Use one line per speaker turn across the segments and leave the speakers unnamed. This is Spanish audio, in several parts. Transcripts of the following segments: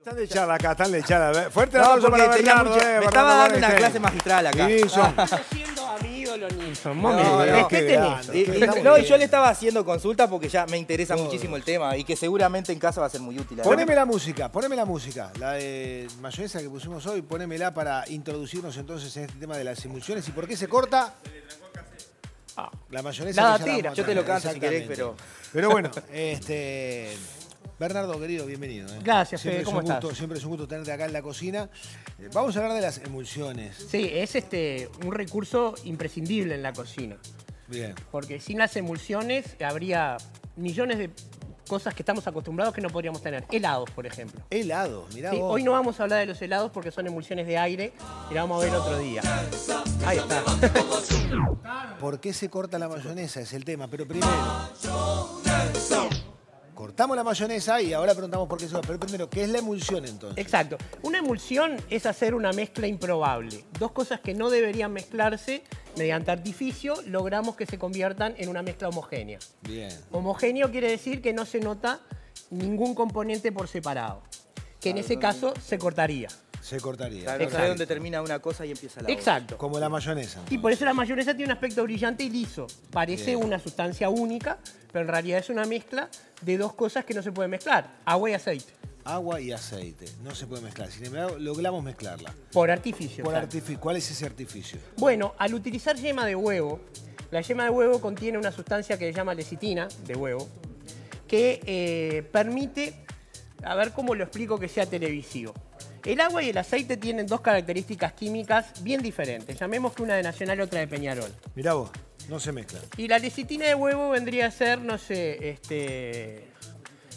Están de charla acá, están de charla. Fuerte el
No,
aplauso
porque
para
tenía
Bernardo.
mucha-
eh,
me
Bernardo
estaba dando una
Gorenstein.
clase magistral acá.
Nilsson.
siendo a mi ídolo Nilsson.
Mami,
no,
es
no.
que tenés.
Y- y- no, y yo le estaba haciendo consulta porque ya me interesa muchísimo el tema y que seguramente en casa va a ser muy útil.
Poneme la música, poneme la música, la de mayonesa que pusimos hoy, ponémela para introducirnos entonces en este tema de las emulsiones y por qué se corta.
Ah.
La mayonesa.
Nada
que ya la
tira,
vamos a
yo te lo
tener,
canto si querés,
exactamente.
Pero bueno,
Este, Bernardo, querido, bienvenido. eh.
Gracias,
siempre
Fede,
es
¿cómo
un
estás?
Gusto, siempre es un gusto tenerte acá en la cocina. Eh, Vamos a hablar de las emulsiones.
Sí, es este, un recurso imprescindible en la cocina.
Bien.
Porque sin las emulsiones habría millones de cosas que estamos acostumbrados que no podríamos tener. Helados, por ejemplo.
Helados, mirá
Sí,
vos.
hoy no vamos a hablar de los helados porque son emulsiones de aire y la vamos a ver otro día. Ahí está.
¿Por qué se corta la mayonesa? Es el tema, pero primero. Cortamos la mayonesa y ahora preguntamos por qué se corta. Pero primero, ¿qué es la emulsión entonces?
Exacto. Una emulsión es hacer una mezcla improbable. Dos cosas que no deberían mezclarse, mediante artificio logramos que se conviertan en una mezcla homogénea.
Bien.
Homogéneo quiere decir que no se nota ningún componente por separado, que en ese caso se cortaría.
Se cortaría.
Claro,
Exacto.
sabe dónde termina una cosa y empieza la otra.
Exacto.
Como la mayonesa.
Y por eso la mayonesa tiene un aspecto brillante y liso. Parece una sustancia única, pero en realidad es una mezcla de dos cosas que no se pueden mezclar, agua y aceite,
Agua y aceite. No se puede mezclar. Sin embargo, logramos mezclarla.
por artificio.
Por
claro.
artificio. ¿Cuál es ese artificio?
Bueno, al utilizar yema de huevo, la yema de huevo contiene una sustancia que se llama lecitina de huevo, que eh, permite, a ver cómo lo explico que sea televisivo. El agua y el aceite tienen dos características químicas bien diferentes. Llamemos que una de Nacional y otra de Peñarol.
Mirá vos, no se mezcla.
Y la lecitina de huevo vendría a ser, no sé, este.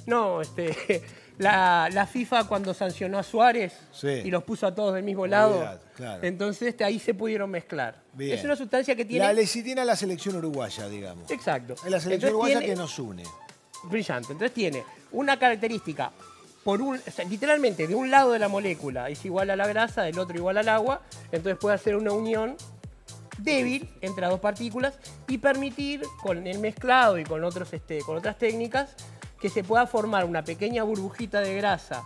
No, este. La, la FIFA cuando sancionó a Suárez
Sí.
y los puso a todos del mismo lado.
Olvidate, claro.
Entonces este, ahí se pudieron mezclar.
Bien.
Es una sustancia que tiene.
La lecitina es la selección uruguaya, digamos.
Exacto.
Es la selección
Entonces
uruguaya
tiene-
que nos une.
Brillante. Entonces tiene una característica. Por un, o sea, literalmente, de un lado de la molécula es igual a la grasa, del otro igual al agua. Entonces puede hacer una unión débil entre las dos partículas y permitir con el mezclado y con, otros, este, con otras técnicas que se pueda formar una pequeña burbujita de grasa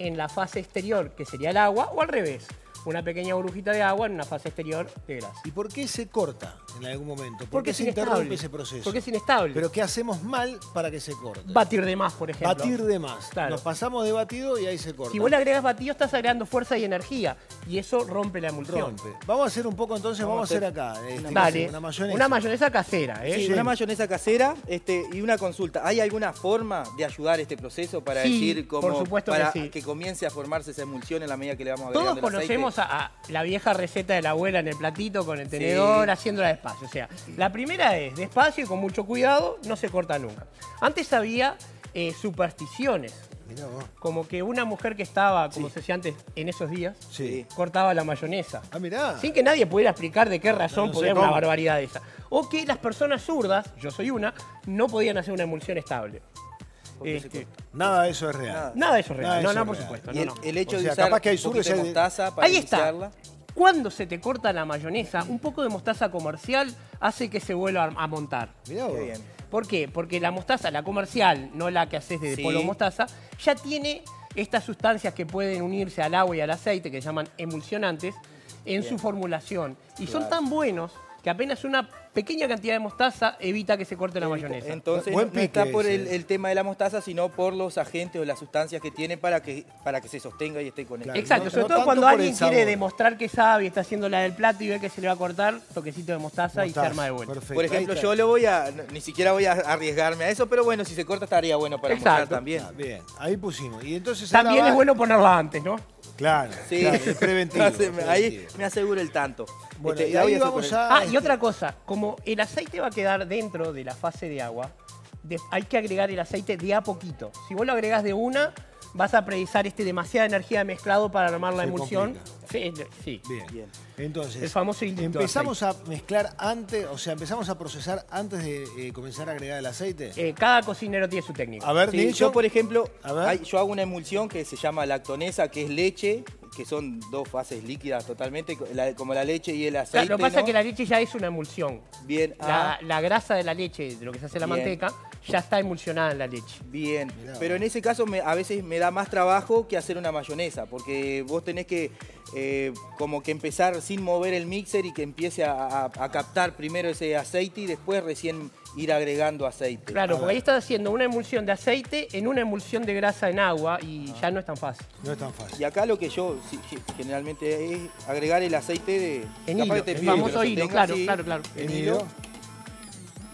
en la fase exterior, que sería el agua, o al revés, una pequeña burbujita de agua en una fase exterior de grasa.
¿Y por qué se corta en algún momento? ¿Por
Porque
qué
es
se interrumpe
inestable.
ese proceso?
Porque es inestable.
Pero ¿qué hacemos mal para que se corte?
Batir de más, por ejemplo.
Batir de más.
Claro.
Nos pasamos de batido y ahí se corta.
Si vos le agregas batido, estás agregando fuerza y energía. Y eso rompe la emulsión.
Rompe. Vamos a hacer un poco entonces, vamos, a hacer acá. este,
Dale.
Una mayonesa.
casera, ¿eh?
Sí,
Sí.
una mayonesa casera este, y una consulta. ¿Hay alguna forma de ayudar este proceso para
Sí,
decir cómo
por supuesto que
para
sí.
comience a formarse esa emulsión en la medida que le vamos agregando
Todos
el aceite?
conocemos a, a la vieja receta de la abuela en el platito con el tenedor,
Sí.
haciéndola despacio. O sea, la primera es despacio y con mucho cuidado, no se corta nunca. Antes había eh, supersticiones,
Mirá vos.
como que una mujer que estaba, como se decía antes, en esos días,
Sí.
cortaba la mayonesa.
Ah, mirá.
Sin que nadie pudiera explicar de qué razón
no sé
podía haber una
cómo.
barbaridad de esa. O que las personas zurdas, yo soy una, no podían hacer una emulsión estable.
Porque se
Este,
Nada de eso es real.
Nada.
nada de eso es real.
Nada de
no,
eso
no,
es
por
real.
supuesto.
Y
no,
el,
no.
el hecho
O
de
sea,
usar
capaz que hay
un poquito
zurdos
de
ya de-
mostaza para
Ahí está.
iniciarla.
Cuando se te corta la mayonesa, un poco de mostaza comercial hace que se vuelva a a montar.
Mirá vos.
Qué bien.
¿Por qué? Porque la mostaza, la comercial, no la que haces de
Sí.
polvo mostaza, ya tiene estas sustancias que pueden unirse al agua y al aceite, que se llaman emulsionantes, en su formulación. Y son tan buenos que apenas una pequeña cantidad de mostaza evita que se corte la mayonesa.
Entonces
Buen
no- no está
pique
por
ese,
el,
eh.
el tema de la mostaza, sino por los agentes o las sustancias que tiene para que, para que se sostenga y esté conectado.
Exacto,
No-
sobre
no
todo
tanto
cuando
por el
alguien
sabor.
quiere demostrar que sabe y está haciendo la del plato y ve que se le va a cortar, toquecito de mostaza, y se
Mostaza,
arma de vuelta.
perfecto.
Por
Ahí
ejemplo,
está.
yo lo voy a, no- ni siquiera voy a arriesgarme a eso, pero bueno, si se corta estaría bueno para mostrar
Exacto.
también.
Ah, bien, ahí pusimos. Y entonces ahora
También
va-
es bueno ponerla antes, ¿no?
Claro,
Sí,
claro, es preventivo.
Hace- Ahí
preventivo.
me aseguro el tanto.
Bueno,
Este,
y
la voy
ahí
a hacer
vamos
con el-
a...
Ah, y
este,
otra cosa, como el aceite va a quedar dentro de la fase de agua, de- hay que agregar el aceite de a poquito. Si vos lo agregás de una, vas a precisar este demasiada energía de mezclado para armar la
Se
emulsión.
complica.
Sí, es- sí.
Bien.
Bien.
Entonces,
El famoso hilito de
empezamos a mezclar antes, o sea, empezamos a procesar antes de eh, comenzar a agregar el aceite.
Eh, cada cocinero tiene su técnica.
a ver,
Sí,
Nilsson.
yo, por ejemplo,
A ver.
hay- yo hago una emulsión que se llama lactonesa, que es leche, que son dos fases líquidas totalmente, co- la- como la leche y el aceite.
Claro, lo que pasa
¿no?
es que la leche ya es una emulsión.
Bien,
La,
ah,
la grasa de la leche, de lo que se hace la
Bien.
manteca, ya está emulsionada en la leche.
Bien,
Mirá.
pero en ese caso me- a veces me da más trabajo que hacer una mayonesa, porque vos tenés que eh, como que empezar sin mover el mixer y que empiece a, a- a captar primero ese aceite y después recién ir agregando aceite.
Claro, porque ahí estás haciendo una emulsión de aceite en una emulsión de grasa en agua y ya no es tan fácil.
No es tan fácil.
Y acá lo que yo sí, sí, generalmente es agregar el aceite de...
En
capaz
hilo,
que te
el
pido que
famoso
lo
hilo,
tengas,
claro, claro, claro.
En
En
hilo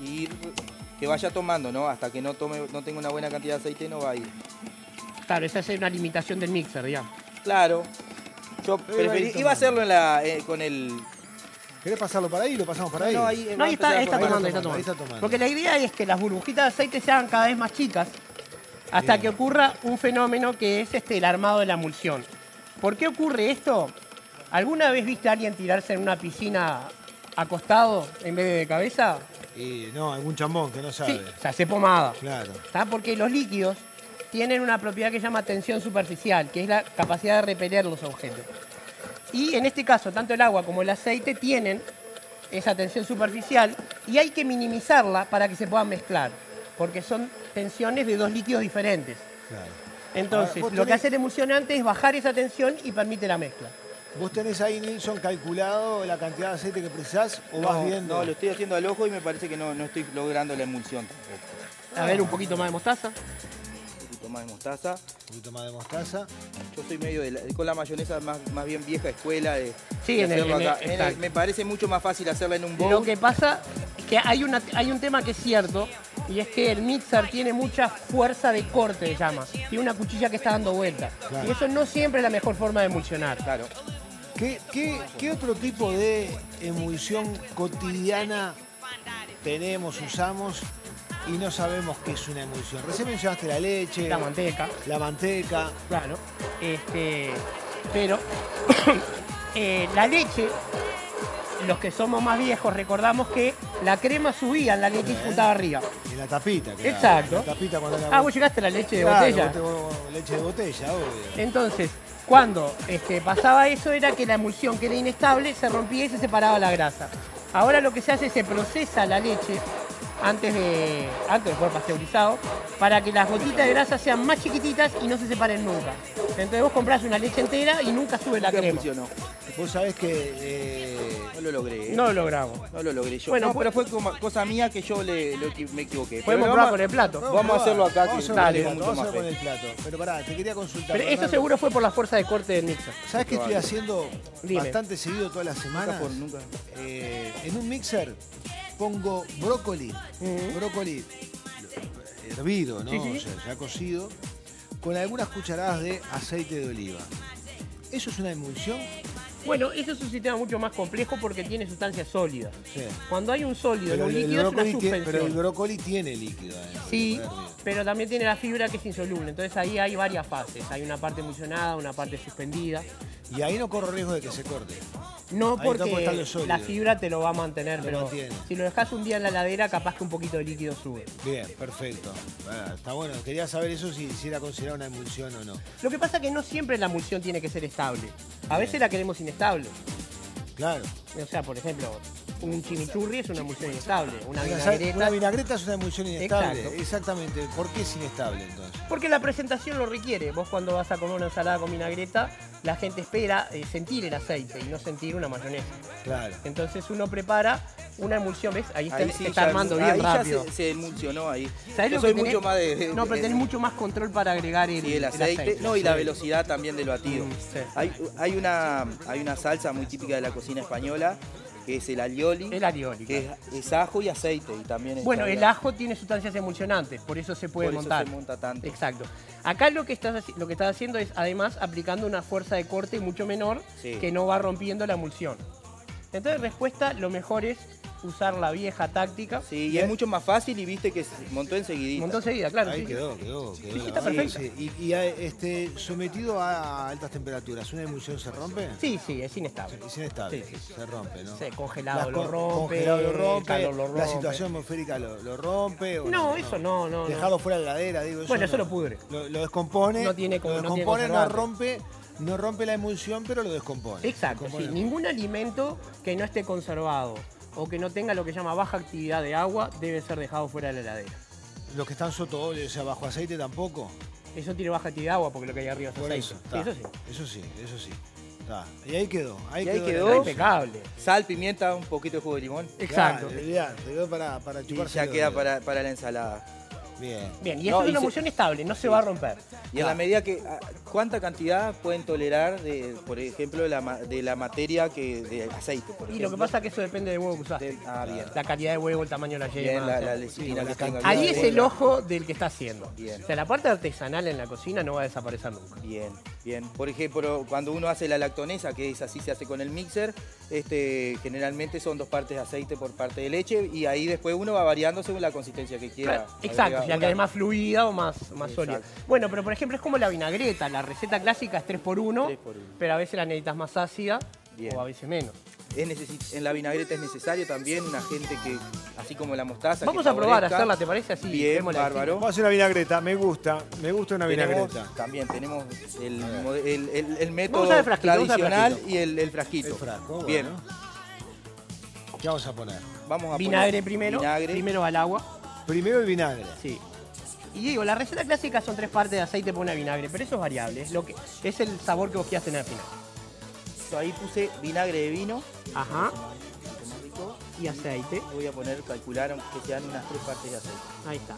hilo.
y ir- que vaya tomando, ¿no? Hasta que no, tome, no tenga una buena cantidad de aceite no va a ir.
Claro, esa es una limitación del mixer, digamos.
Claro. Yo preferí-
Ahí va ahí
iba a
tomando.
hacerlo en la, eh, con el...
¿Querés pasarlo para ahí? Lo pasamos para ahí.
No, eh,
No,
va a
ahí está, ahí
empezar
está
a tomar.
tomando, ahí está
tomando, ahí está
tomando.
tomando.
Porque la idea es que las burbujitas de aceite sean cada vez más chicas hasta que ocurra un fenómeno que es este, el armado de la emulsión. ¿Por qué ocurre esto? ¿Alguna vez viste a alguien tirarse en una piscina acostado en vez de de cabeza?
Y Eh, no, algún chambón que no sabe.
Sí, se hace pomada.
Claro.
¿Está? Porque los líquidos tienen una propiedad que se llama tensión superficial, que es la capacidad de repeler los objetos. Y en este caso, tanto el agua como el aceite tienen esa tensión superficial y hay que minimizarla para que se puedan mezclar, porque son tensiones de dos líquidos diferentes.
claro.
Entonces,
Ahora, vos
lo que
tenés-
hace el emulsionante es bajar esa tensión y permite la mezcla.
¿Vos tenés ahí, Nilsson, calculado la cantidad de aceite que precisás o vas
No,
viendo?
No, lo estoy haciendo al ojo y me parece que no, no estoy logrando la emulsión tampoco.
A ver, un poquito más de mostaza.
Un poquito más de mostaza.
Un poquito más de mostaza.
Yo soy medio de la- con la mayonesa más, más bien vieja escuela de,
Sí,
de
en el-
hacerlo
en el-
acá. En el-
exacto.
me parece mucho más fácil hacerla en un bowl.
Lo que pasa es que hay, una, hay un tema que es cierto y es que el mixer tiene mucha fuerza de corte, se llama. Tiene una cuchilla que está dando vueltas.
Claro.
Y eso no siempre es la mejor forma de emulsionar.
Claro.
¿Qué, qué, qué otro tipo de emulsión cotidiana tenemos, usamos y no sabemos qué es una emulsión? Recién mencionaste la leche,
La manteca,
la manteca.
claro. Este, pero eh, la leche, los que somos más viejos recordamos que la crema subía en la leche y se juntaba arriba.
Y la tapita, claro.
Exacto.
La tapita cuando la
Ah, vos llegaste a la leche de
Claro,
botella. Eh.
vos te- vos- leche de botella, obvio.
Entonces, cuando este, pasaba eso era que la emulsión que era inestable se rompía y se separaba la grasa. Ahora lo que se hace es se procesa la leche antes de, antes de poder pasteurizado para que las gotitas de grasa sean más chiquititas y no se separen nunca. Entonces vos comprás una leche entera y nunca sube la
Nunca
crema.
funcionó.
Vos sabés que eh,
No lo logré. ¿eh?
No lo logramos.
No lo logré yo.
Bueno,
No,
pu-
pero fue como- cosa mía que yo le, lo equi- me equivoqué.
Podemos
Pero
probar
vamos-
con el plato.
Vamos a hacerlo acá,
Vamos a
que
hacerlo,
dale,
con el plato,
mucho
vamos a hacerlo
más
con el plato. Pero pará, te quería consultar.
Pero eso
Fernando.
seguro fue por la fuerza de corte del mixer.
¿Sabés que estoy
Probable.
haciendo
Dime.
bastante seguido todas las semanas?
por- nunca.
Eh, en un mixer pongo brócoli, brócoli hervido, ¿no?
Sí, sí.
O sea, ya cocido, con algunas cucharadas de aceite de oliva. ¿Eso es una emulsión?
Bueno, eso es un sistema mucho más complejo porque tiene sustancias sólidas.
Sí.
Cuando hay un sólido en
Pero
un
el- el
líquido es una
brócoli tiene-
suspensión.
pero el brócoli tiene líquido. adentro,
Sí,
que puede hervir.
pero también tiene la fibra que es insoluble. Entonces ahí hay varias fases. Hay una parte emulsionada, una parte suspendida.
Y ahí no corro riesgo de que se corte.
No
Ahí está
porque
puesta lo sólido.
la fibra te lo va a mantener,
Lo
pero
mantiene.
si lo dejas un día en la ladera, capaz que un poquito de líquido sube.
Bien, perfecto. Ah, está bueno. Quería saber eso si, si era considerada una emulsión o no.
Lo que pasa es que no siempre la emulsión tiene que ser estable. A veces la queremos inestable.
Claro.
O sea, por ejemplo, un chimichurri es una emulsión inestable. Una
Una sal-
vinagreta...
Una vinagreta es una emulsión inestable.
Exacto.
Exactamente. ¿Por qué es inestable entonces?
Porque la presentación lo requiere. Vos cuando vas a comer una ensalada con vinagreta, la gente espera eh, sentir el aceite y no sentir una mayonesa.
Claro.
Entonces uno prepara una emulsión, ¿ves? Ahí,
Ahí
está,
sí
se está
ya-
armando
ahí
bien
ya
rápido.
Se, se emulsionó ahí.
¿Sabés
Yo
lo que
soy
tenés?
mucho más de, de-
no, pero
de-
tenés mucho más control para agregar el,
Sí, el
el
aceite. No, y la velocidad también del batido.
Mm, sí.
hay, hay, una, hay una salsa muy típica de la cocina española, que es el alioli.
El alioli,
Que es, es ajo y aceite. Y también está
Bueno, el
la-
ajo tiene sustancias emulsionantes, por eso se puede
Por eso
montar.
se monta tanto.
Exacto. Acá lo que, estás, haci- lo que estás haciendo es, además, aplicando una fuerza de corte mucho menor
Sí.
que no va rompiendo la emulsión. Entonces, respuesta, lo mejor es usar la vieja táctica.
Sí, y es mucho más fácil y viste que se montó enseguidita.
Montón seguida, claro.
Ahí
sí, sí.
quedó, quedó, quedó.
Sí,
la
está
verdad.
perfecto.
Sí, Y, y a- este, sometido a altas temperaturas, ¿una emulsión se rompe?
Sí, sí, es inestable.
Es inestable,
Sí, sí.
se rompe, ¿no?
Sí, congelado
Las
lo
co-
rompe,
Congelado lo rompe,
calor lo
la
rompe.
situación atmosférica lo, lo rompe. o
No, eso no, no, no.
Dejarlo fuera de la heladera, digo.
Bueno, eso lo pudre.
Lo, lo descompone.
No tiene como-
Lo
no tiene
descompone, no,
conservante.
rompe, no rompe la emulsión, pero lo descompone.
Exacto, sí.
Descompone la
Ningún alimento que no esté conservado o que no tenga lo que llama baja actividad de agua debe ser dejado fuera de la heladera.
Los que están soto óleo, o sea, bajo aceite tampoco.
Eso tiene baja cantidad de agua porque lo que hay arriba es
Por
aceite.
eso,
Sí,
está.
eso sí.
Eso sí, eso sí. Está. Y ahí quedó. Ahí
Y ahí
quedó.
Está
quedó.
impecable.
Sal, pimienta, un poquito de jugo de limón.
Exacto.
eh,
te quedó para, para
Y
chuparse.
ya
los
queda
dedos.
para, para la ensalada.
Bien.
Bien, y
No,
esto es
y
una
se-
emulsión estable, no se va a romper.
Y a la medida que. a- ¿Cuánta cantidad pueden tolerar, de, por ejemplo, la ma- de la materia que de aceite? por
Y lo que
ejemplo?
pasa es que eso depende del huevo que usaste.
Del- ah, bien.
La calidad de huevo, el tamaño de la yema.
Bien, la,
o sea.
la lecitina que tenga.
Ahí
bien,
es
bien.
el ojo del que está haciendo.
Bien.
O sea, la parte artesanal en la cocina no va a desaparecer nunca.
Bien, bien. Por ejemplo, cuando uno hace la lactonesa, que es así se hace con el mixer, este, generalmente son dos partes de aceite por parte de leche y ahí después uno va variando según la consistencia que quiera.
Exacto,
Agrega
si la
una-
querés más fluida o más, más
Exacto.
sólida. Bueno, pero por ejemplo es como la vinagreta, la receta clásica es 3x1,
Tres por uno.
pero a veces la necesitas más ácida
Bien.
o a veces menos.
Es necesi- en la vinagreta es necesario también una gente que, así como la mostaza. que
Vamos a probar a
favorezca.
hacerla, ¿te parece? Así
Bien,
vemos la
bárbaro.
Vamos a hacer una vinagreta, me gusta, me gusta una
Tenemos-
vinagreta.
también tenemos el, mode- el- el- el método
Vamos al frasquito, vamos al
tradicional
frasquito.
y el, el frasquito.
El frasco,
Bien,
bueno. ¿Qué vamos a poner?
vamos a
Vinagre
poner
primero,
vinagre.
primero al agua.
Primero el vinagre.
Sí. Y digo, la receta clásica son tres partes de aceite por una vinagre, pero eso es variable, es, lo que, es el sabor que vos quieras tener al final.
Ahí puse vinagre de vino.
Ajá.
más rico.
Y aceite.
Voy a poner, calcular que sean unas tres partes de aceite.
Ahí está.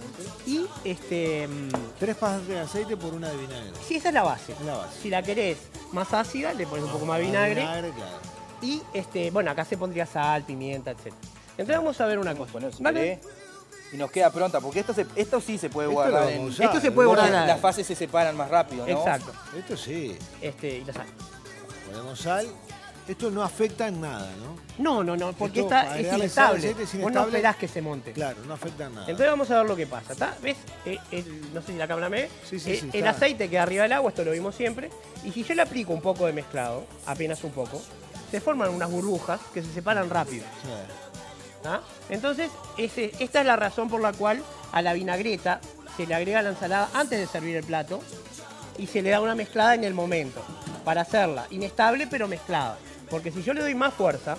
Y este. mm,
Tres pasas de aceite por una de vinagre.
Sí, esa es la base.
Es la base.
Si la querés más ácida, le pones un poco más de vinagre.
Vinagre, claro.
Y este, bueno, acá se pondría sal, pimienta, etc. Entonces vamos a ver una cosa.
Poner su
Dale.
¿eh?
puré. Y nos queda pronta, porque esto, se- esto sí se puede
Esto lo
guardar.
vamos a
en-
usar.
Esto se puede
¿no?
guardar
Las fases se separan más rápido, ¿no?
Exacto.
Esto sí.
Este, y la sal.
Ponemos sal. Esto no afecta en nada, ¿no?
No, no, no, porque
Esto,
esta es
agregarle sal,
inestable.
aceite es
Vos no
inestable.
esperás que se monte.
Claro, no afecta en nada.
Entonces vamos a ver lo que pasa, ¿está? ¿Ves? Eh, el- no sé si la cámara me ve.
Sí, sí,
Eh,
sí,
el
está.
aceite que arriba del agua, esto lo vimos siempre. Y si yo le aplico un poco de mezclado, apenas un poco, se forman unas burbujas que se separan rápido.
Sí.
¿tá? Entonces, ese- esta es la razón por la cual a la vinagreta se le agrega la ensalada antes de servir el plato y se le da una mezclada en el momento para hacerla inestable pero mezclada. Porque si yo le doy más fuerza,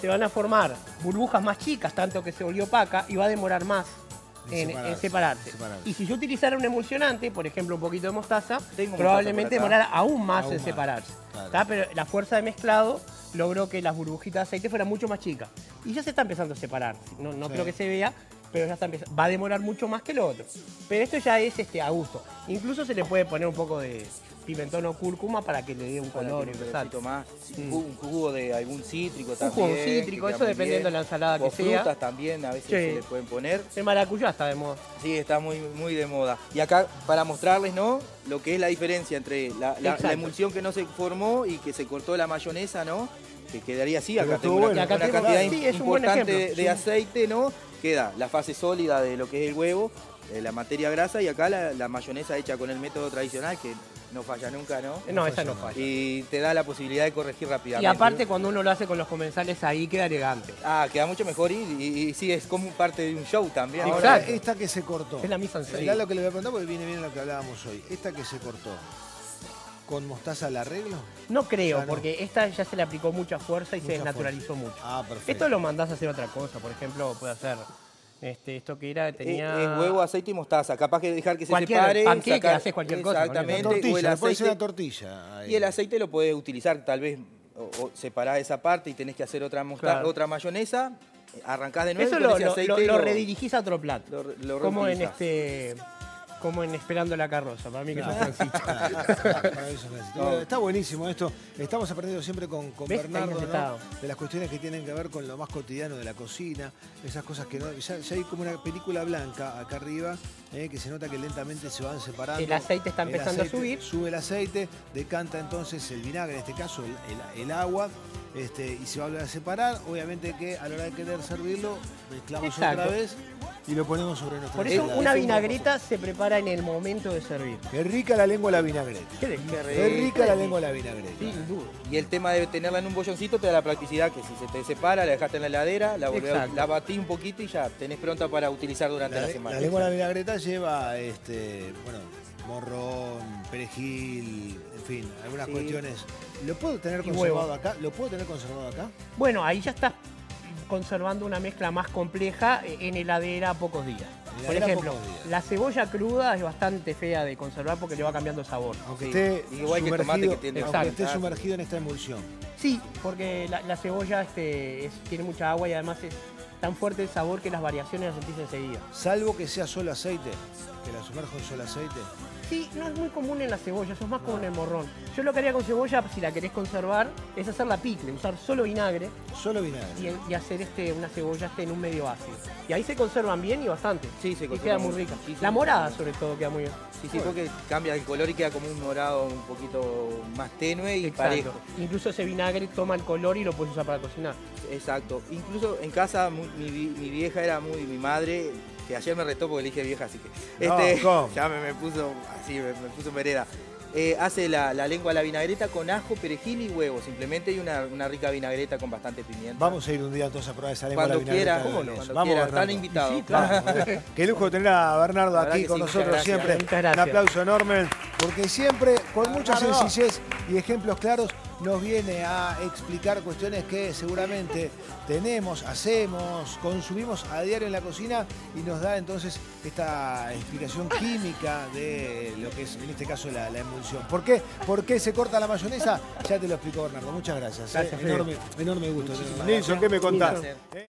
se van a formar burbujas más chicas, tanto que se volvió opaca y va a demorar más en,
En
en
separarse,
separarse.
separarse.
Y si yo utilizara un emulsionante, por ejemplo un poquito de mostaza,
Tengo
probablemente
mostaza por acá.
demorara aún más
Aún
en
más,
separarse.
claro.
¿tá? Pero la fuerza de mezclado logró que las burbujitas de aceite fueran mucho más chicas. Y ya se está empezando a separar. No, no
Sí.
creo que se vea, pero ya está empezando. Va a demorar mucho más que lo otro. Pero esto ya es este, a gusto. Incluso se le puede poner un poco de pimentón o cúrcuma para que le dé un
Para
color.
que
un
un pedacito
resalto.
más, un jugo- un jugo de algún cítrico
jugo
también. que
cítrico,
queda
eso
muy
dependiendo de la ensalada que
O
sea.
frutas también a veces
Sí.
se le pueden poner.
El maracuyá está de moda.
Sí, está muy, muy de moda. Y acá, para mostrarles, ¿no? Lo que es la diferencia entre la, la- la
Exacto.
emulsión que no se formó y que se cortó la mayonesa, ¿no? Que quedaría así. Acá
Pero
tengo
estuvo
una, una
bueno. Acá
cantidad
tengo-
im-
sí, es un buen
importante de,
ejemplo.
de
Sí.
aceite, ¿no? Queda la fase sólida de lo que es el huevo, eh, la materia grasa y acá la, la mayonesa hecha con el método tradicional, que no falla nunca, ¿no?
Eh, No, esa no falla.
Y te da la posibilidad de corregir
Y
rápidamente.
aparte cuando uno lo hace con los comensales ahí queda elegante.
Ah, queda mucho mejor y, y- y sí, es como parte de un show también.
Exacto.
Ahora, esta que se cortó.
Es la misma en
Mirá lo que le voy a preguntar porque viene bien lo que hablábamos hoy. Esta que se cortó. ¿Con mostaza la arreglo?
No creo,
Ya no.
porque esta ya se le aplicó mucha fuerza y se
Mucha
desnaturalizó mucho.
Ah, perfecto.
Esto lo mandás a hacer otra cosa, por ejemplo, puede hacer este, esto que era, tenía...
Eh, eh, huevo, aceite y mostaza. Capaz que dejar que se
Cualquier
separe.
panqueque, haces cualquier cosa,
La
Exactamente. o el
tortilla, le puede ser
aceite,
una tortilla. ahí.
y el aceite lo puedes utilizar, tal vez o, o separás esa parte y tenés que hacer otra, mosta-
Claro.
otra mayonesa. Arrancás de nuevo
Eso
y con
lo,
ese
lo-
aceite
lo-
y
lo redirigís a otro plato.
lo re- lo
como en
reutilizás.
este... Como en Esperando la Carroza, para mí que es un francito.
Ah, para eso me necesito. Bueno, Está buenísimo esto. Estamos aprendiendo siempre con, con
¿Ves?
Bernardo,
Ahí
¿no?
necesitado.
De las cuestiones que tienen que ver con lo más cotidiano de la cocina, esas cosas que no. Ya, ya hay como una película blanca acá arriba, eh, que se nota que lentamente se van separando.
El aceite está
El
empezando a
aceite-
subir.
Sube el aceite, decanta entonces el vinagre, en este caso el, el- el agua. Este, y se va a volver a separar, obviamente que a la hora de querer servirlo, mezclamos otra
Exacto.
vez y lo ponemos sobre nuestro
Por eso
Es-
una
es un-
vinagreta se prepara en el momento de servir.
Qué rica la lengua la vinagreta.
Qué delicia.
Qué rica la lengua la vinagreta.
Sin duda.
Y el tema de tenerla en un bolloncito te da la practicidad que si se te separa, la dejaste en la heladera, la, volvés a-
Exacto.
la batís un poquito y ya tenés pronta para utilizar durante
La,
la,
le-
semana.
la lengua de la vinagreta lleva, este, bueno, morrón, perejil, en fin, algunas
Sí.
cuestiones. ¿Lo puedo tener
Y
conservado
huevo.
acá? ¿Lo puedo tener conservado acá?
Bueno, ahí ya estás conservando una mezcla más compleja eh, en heladera a pocos días.
Heladera
Por
a
ejemplo,
pocos días.
la cebolla cruda es bastante fea de conservar porque le va cambiando el sabor.
Aunque
Sí,
esté
igual que el tomate
sumergido,
que Ah, tiene-
aunque esté
Exacto.
sumergido en esta emulsión.
Sí, porque la, la cebolla este, es- tiene mucha agua y además es tan fuerte el sabor que las variaciones las sentís enseguida.
Salvo que sea solo aceite, que la sumerjo en solo aceite.
Sí, no es muy común en la cebolla, eso es más común en el morrón. Yo lo que haría con cebolla, si la querés conservar, es hacer la picle, usar solo vinagre
Solo vinagre.
y, y hacer este, una cebolla este, en un medio ácido. Y ahí se conservan bien y bastante.
Sí, se
Y
conserva
queda
muy-
muy rica.
sí, sí.
la morada, sobre todo, queda muy bien.
Sí, sí, porque cambia el color y queda como un morado un poquito más tenue y parejo.
Incluso ese vinagre toma el color y lo puedes usar para cocinar.
Exacto. Incluso en casa mu- mi, vi- mi vieja era muy mi madre, que ayer me retó porque le dije vieja, así que. este,
No, ¿cómo?
ya me, me puso así, me, me puso mereda. Eh, hace la, la lengua a la vinagreta con ajo, perejil y huevo, simplemente y una, una rica vinagreta con bastante pimienta.
Vamos a ir un día entonces a probar esa lengua
Cuando
a la vinagreta
quiera,
de
¿cómo no?
Lorenzo.
Cuando
Vamos,
quiera, están
Bernardo.
invitados.
Vamos. Qué lujo tener a Bernardo
La verdad
aquí
que
con
sí, muchas
nosotros
gracias.
siempre.
Muchas gracias.
Un aplauso enorme.
Porque siempre, con mucha
Bernardo.
sencillez y ejemplos claros, nos viene a explicar cuestiones que seguramente tenemos, hacemos, consumimos a diario en la cocina y nos da entonces esta explicación química de lo que es, en este caso, la, la emulsión. ¿Por qué? ¿Por qué se corta la mayonesa? Ya te lo explicó Bernardo. Muchas gracias. ¿eh?
Gracias, Fede.
enorme, enorme gusto. tenerlo.
Nilson, ¿qué me contás?
placer.
¿Eh?